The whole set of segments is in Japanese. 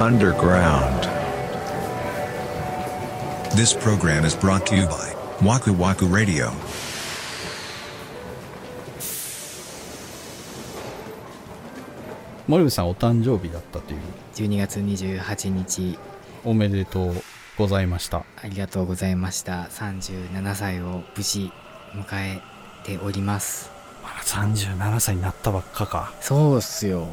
underground. This program is brought to you by Waku Waku Radio. 森口さんお誕生日だったという12月28日おめでとうございましたありがとうございました37歳を無事迎えておりますまだ37歳になったばっかかそうっすよ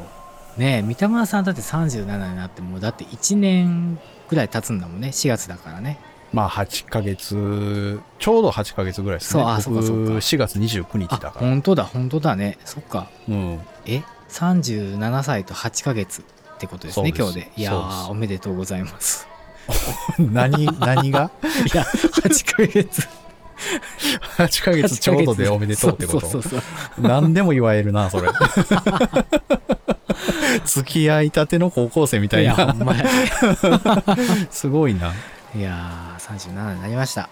ねえ三田村さんだって37になってもうだって1年ぐらい経つんだもんね4月だからねまあ8ヶ月ちょうど8ヶ月ぐらいですそねうあそっかそっ僕か4月29日あだから本当だ本当だねそっかうんえ37歳と8ヶ月ってことですねそう今です日でいやそうでーすおめでとうございます 何何がいや8ヶ月8ヶ月ちょうどでおめでとうってことそうそうそう何でも言われるな それ付き合いたての高校生みそたういいやほなんまやすごいないやー37になりました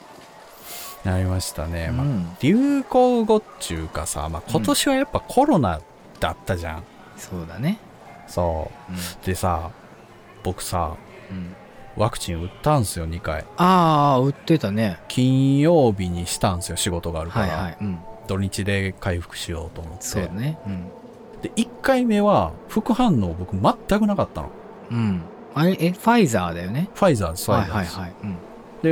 なりましたね、まあうん流行語っちゅうかさ、まあ、今年はやっぱコロナだったじゃん、そうだねそうでさ僕さうん、うん、ワクチン打ったんすよ2回ああ売ってたね金曜日にしたんすよ仕事があるかはいら、はいうん土日で回復しようと思ってそうだねうんで1回目は副反応僕全くなかったのうんあれえファイザーだよねファイザーですファイはザーいです、はいはい、う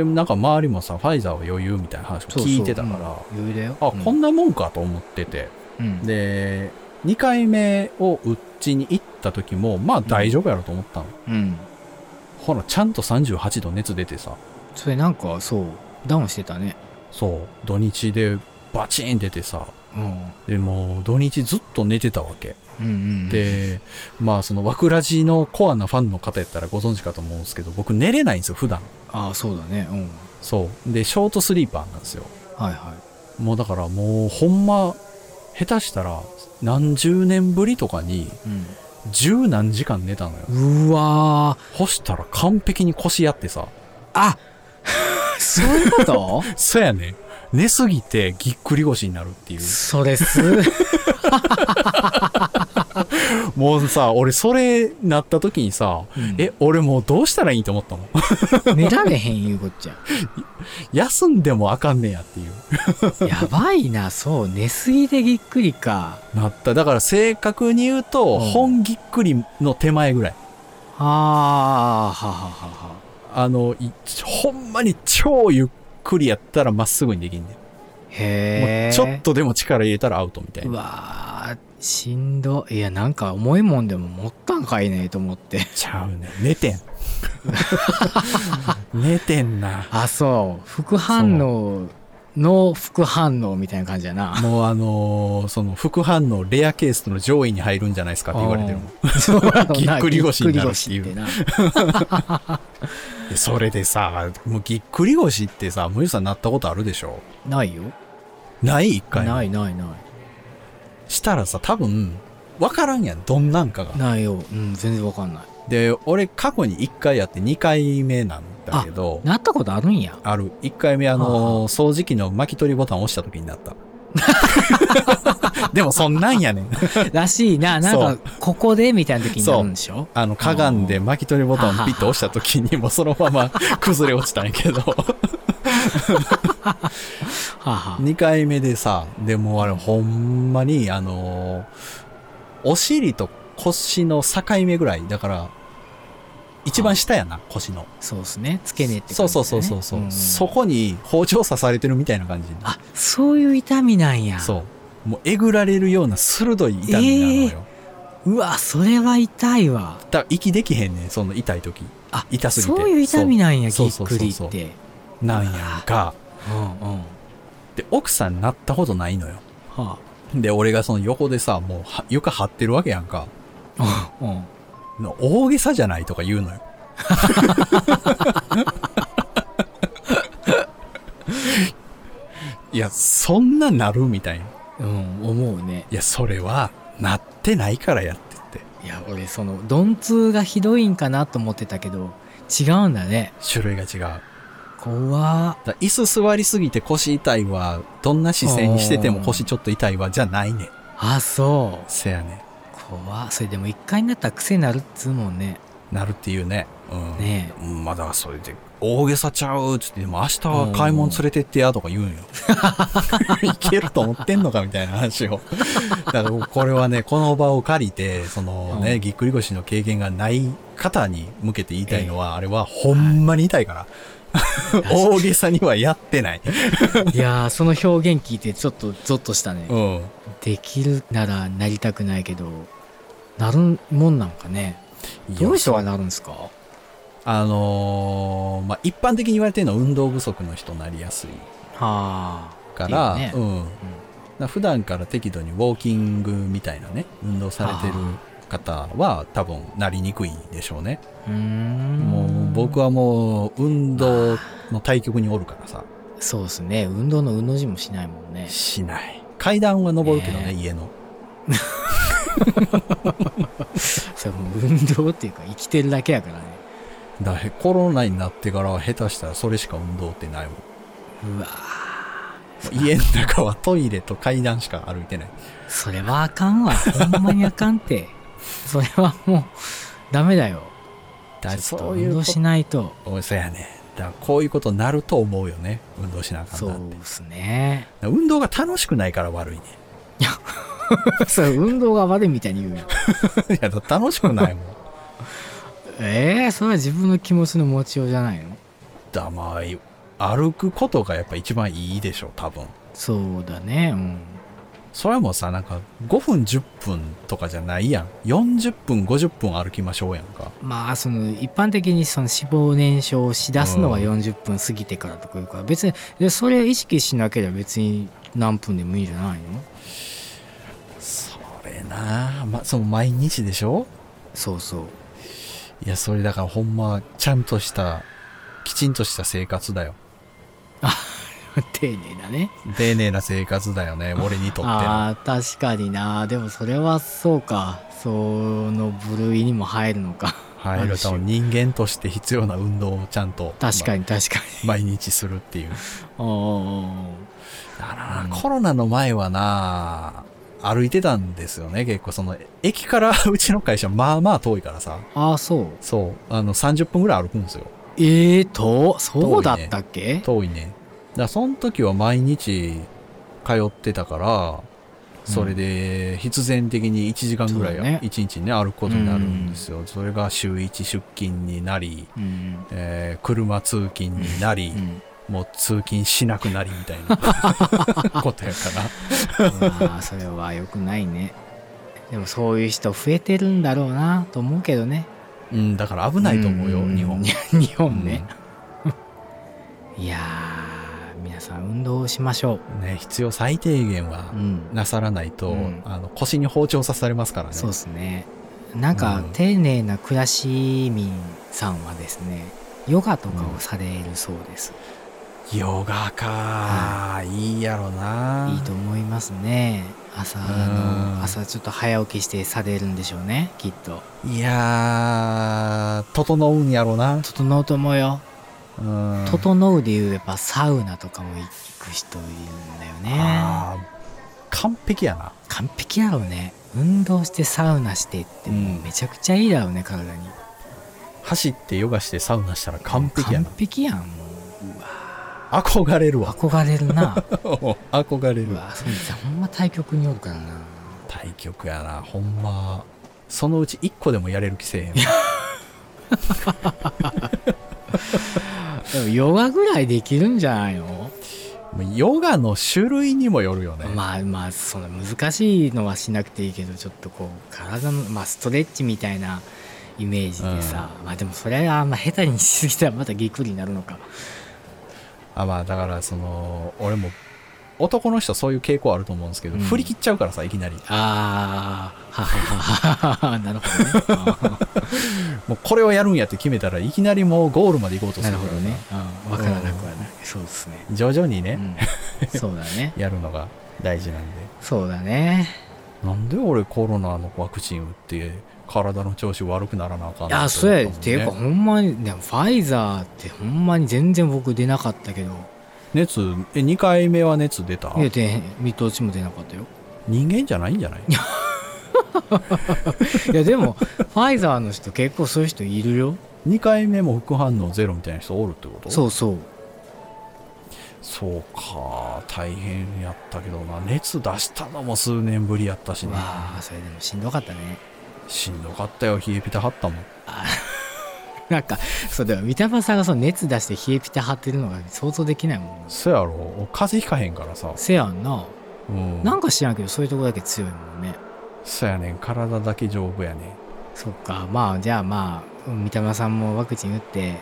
ん、でなんか周りもさファイザーは余裕みたいな話をそうそう聞いてたからうん余裕だよあ、こんなもんかと思っててうんで2回目をうちに行った時もまあ大丈夫やろと思ったの、うんほらちゃんと38度熱出てさそれなんかそうダウンしてたねそう土日でバチーン出てさうんでもう土日ずっと寝てたわけうんうんでまあその枠ラジのコアなファンの方やったらご存知かと思うんですけど僕寝れないんですよ普段ああそうだねうんそうでショートスリーパーなんですよはいはもうだからもうほんま下手したら何十年ぶりとかにい、うん十何時間寝たのようわー干したら完璧に腰やってさ あそういうことそやね寝すぎてぎっくり腰になるっていうそれす もうさ俺それなった時にさ、うんえ俺もうどうしたらいいと思ったの 寝られへんいうこっちゃ休んでもあかんねやっていうやばいなそう寝すぎでぎっくりかなっただから正確に言うと、うん本ぎっくりの手前ぐらいあーははははあのいほんまに超ゆっくりやったらまっすぐにできんねんへもえうちょっとでも力入れたらアウトみたいうなわーしんどいやなんか重いもんでも持ったんかいねと思って ちゃうね寝てん寝てんなあそう副反応の副反応みたいな感じやなもうあのーその副反応レアケースの上位に入るんじゃないですかって言われてるもんあーそうやろ なぎっくり腰になるっていぎうっくり腰ってでそれでさもうぎっくり腰ってさ森さんなったことあるでしょなないよない一回もないないないしたらさ多分分からんやんどんなんかがないよ、うん、全然わかんないで俺過去に1回やって2回目なんだけどなったことあるん やある1回目あはの掃除機の巻き取りボタン押した時になった でもそんなんやねんらしいななそんうかここでみたいな時になるんでしょ あのかがんで巻き取りボタンをピッと押した時にもうそのまま崩れ落ちたんやけ どはあは2回目でさでもうあれほんまにあのお尻と腰の境目ぐらいだから一番下やな腰のあそうですね付け根って感じだそうねそうそうそうそう、んそこに包丁刺されてるみたいな感じになあそういう痛みなんやそうもうえぐられるような鋭い痛みなのよ、うわそれは痛いわだから息できへんねんその痛い時あ痛すぎてそういう痛みなんやぎそうっくりそっうそうそうてなんやんかうんうんはで奥さんなったことないのよあで俺がその横でさもうは床張ってるわけやんかうんうんの大げさじゃないとか言うのよ いやそんななるみたいないうん、思うねやそれはなってないからやってっていや俺その鈍痛がひどいんかなと思ってたけど違うんだね種類が違う怖っだ椅子座りすぎて腰痛いわどんな姿勢にしてても腰ちょっと痛いわじゃないねんあそうせやねん怖っそれでも一回になったら癖になるっつうもんねなるっていうね。うん。ねうんまあだからそれで、大げさちゃうっつって、でも明日は買い物連れてってやとか言 うんよ。いけると思ってんのかみたいな話を。だからこれはね、この場を借りて、そのね、うんぎっくり腰の経験がない方に向けて言いたいのは、あれはほんまに痛いから。 大げさにはやってない。いやー その表現聞いてちょっとゾッとしたね、うん。できるならなりたくないけどなるもんなんかねどういう人がなるんですかあのーまあ、一般的に言われてるのは運動不足の人になりやすいはあから、っていうねん。だから普段から適度にウォーキングみたいなね、運動されてる方は多分なりにくいでしょうね。うーんもう僕はもう運動の対局におるからさ、そうですね運動の運動字もしないもんねしない。階段は登るけどね、ね家の。それもう運動っていうか生きてるだけやからねだからコロナになってからは下手したらそれしか運動ってないもん。もうわう家の中はトイレと階段しか歩いてない。それはあかんわほんまにあかんってそれはもうダメだよだからちょっとそういう運こ動としないとおそうやねだからこういうことになると思うよね運動しなあかんそなうってですねだから運動が楽しくないから悪いね それ運動が悪いみたいに言うよいやだから楽しくないもん ええそれは自分の気持ちの持ちようじゃないのだまあ歩くことがやっぱ一番いいでしょ多分そうだねうんそれはもうさなんか5分10分とかじゃないやん40分50分歩きましょうやんかまあその一般的にその脂肪燃焼をしだすのはう40分過ぎてからとかいうから別にでそれ意識しなければ別に何分でもいいんじゃないのそれなあまその毎日でしょそうそう いやそれだからほんまちゃんとしたきちんとした生活だよ丁寧だね丁寧な生活だよね俺にとってのああ確かになでもそれはそうかその部類にも入るのかはい、ある多種分人間として必要な運動をちゃんと 確かに、に確かにま毎日するっていうおうおうおうだからな、うんコロナの前はな歩いてたんですよね結構その駅から うちの会社まあまあ遠いからさああそうそうあの30分ぐらい歩くんですよええとそうだったっけ、遠いねだからその時は毎日通ってたからそれで必然的に1時間ぐらそうだねい1日ね歩くことになるんですよ、それが週1出勤になり、うんえー車通勤になり、うんもう通勤しなくなりみたいな ことやから。まあそれは良くないねでもそういう人増えてるんだろうなと思うけどねうん、だから危ないと思うよ、ん日本。日本ね、 いやー皆さん運動をしましょうんね、必要最低限はう、うん、なさらないと、うんあの腰に包丁刺されますからね。そうですねなんかうん丁寧な暮らし民さんはですねヨガとかをされるそうです、ヨガか、いいやろないいと思いますね朝うあんの朝ちょっと早起きしてされるんでしょうねきっといやー、整うんやろな。整うと思うようん整うで言えばサウナとかも行く人いるんだよねあー完璧やな。完璧やろうね運動してサウナしてってもうめちゃくちゃいいだろうね体に走ってヨガしてサウナしたら完璧やな完。璧やんもううわ憧れるわ。 憧れる な憧れうるわ。わそうですほんま対局によるからな対局やなほんまそのうち1個でもやれる気せえへんわでもヨガぐらいできるんじゃないのもうヨガの種類にもよるよね、まあまあその難しいのはしなくていいけどちょっとこう体の、まあ、ストレッチみたいなイメージでさ、まあでもそれはあんま下手にしすぎたらまたぎっくりになるのかあまあだからその俺も男の人そういう傾向あると思うんですけど、うん振り切っちゃうからさいきなりああははははなるほどねもうこれをやるんやって決めたらいきなりもうゴールまで行こうとうんすなるかるほらどねうんわからなくはないそうですね徐々にうね、んそうだ ねやるのが大事なんでそうだねなんで俺コロナのワクチン打って体の調子悪くならなあかんいのやってそう思ったやもんねっていうかほんまにでもファイザーってほんまに全然僕出なかったけど熱え2回目は熱出たいやで見通しも出なかったよ人間じゃないんじゃないいやでも ファイザーの人結構そういう人いるよ2回目も副反応ゼロみたいな人おるってことそうそうそうか大変やったけどな熱出したのも数年ぶりやったしねわあそれでもしんどかったねしんどかったよ冷えピタ張ったもんなんかそうだよ三田さんがその熱出して冷えピタ張ってるのが想像できないもんそやろ風邪ひかへんからさ、せやんなうん、なんか知らんけどそういうとこだけ強いもんねそやねん体だけ丈夫やねんそっかまあじゃあまあ三田さんもワクチン打って、うん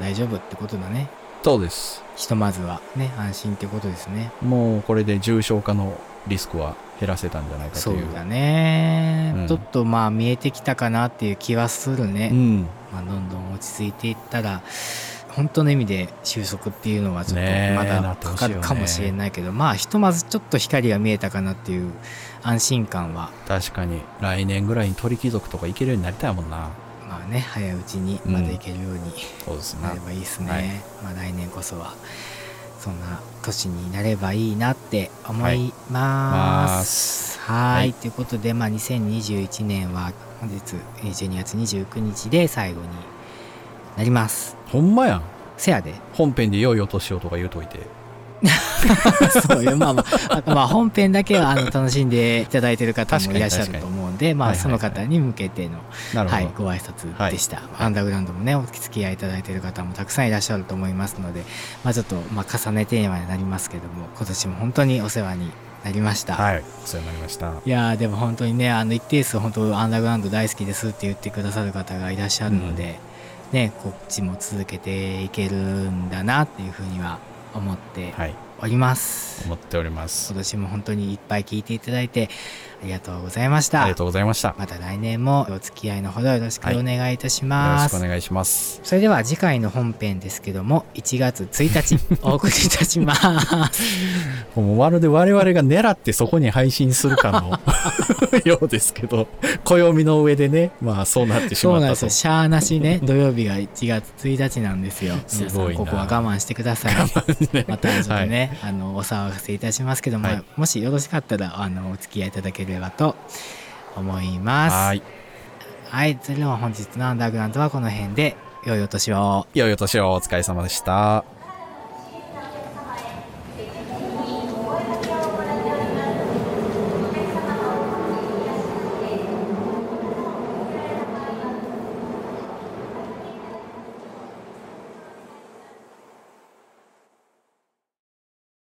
大丈夫ってことだねそうですひとまずはね安心ってことですねもうこれで重症化のリスクは減らせたんじゃないかそとういうだね、うんちょっとまあ見えてきたかなっていう気はするね、うんまあ、どんどん落ち着いていったら本当の意味で収束っていうのはちょっとねえまなだってかほしいかよねるかもしれないけど、まあひとまずちょっと光が見えたかなっていう安心感は確かに来年ぐらいに鳥貴族とか行けるようになりたいもんなまあね早いうちにうんまた行けるようにそうですなればいいですね、はいまあ来年こそはそんな年になればいいなって思います。はいはいということで、まあ、2021年は本日えー12月29日で最後になります。ほんまやんせや で本編で良いお年をとか言うといてそういう、まあまあ、あまあ本編だけはあの楽しんでいただいてる方確もかにいらっしゃると思うんで、まあはいはいその方に向けての、なるほはど、い、ご挨拶でした。いアンダーグラウンドもね、お付き合いいただいてる方もたくさんいらっしゃると思いますので、まあちょっと、まあ重ねテーマになりますけども、今年も本当にお世話になりました。はい、お世話になりましたいやーでも本当にねあの一定数本当アンダーグラウンド大好きですって言ってくださる方がいらっしゃるので、ねこっちも続けていけるんだなっていうふうには思ってはいおります。思っております今年も本当にいっぱい聞いていただいてありがとうございましたありがとうございましたよまた来年もお付き合いのほどよろしくはいお願いいたしろましす、くお願いしますそれでは次回の本編ですけども1月1 日お送りいたしますもうまるで我々が狙ってそこに配信するか のようですけど暦の上でねまあそうなってしそまうっなたんですとよシャーなしね土曜日が1月1日なんですよ す皆さごんいなここは我慢してくださいねまたちょっとね、あのお騒がせいたしますけども、はいもしよろしかったらあのお付き合いいただければと思いますはいはいはい、それでは本日のアンダーグラウンドはこの辺で、良いお年を。良いお年をお疲れ様でした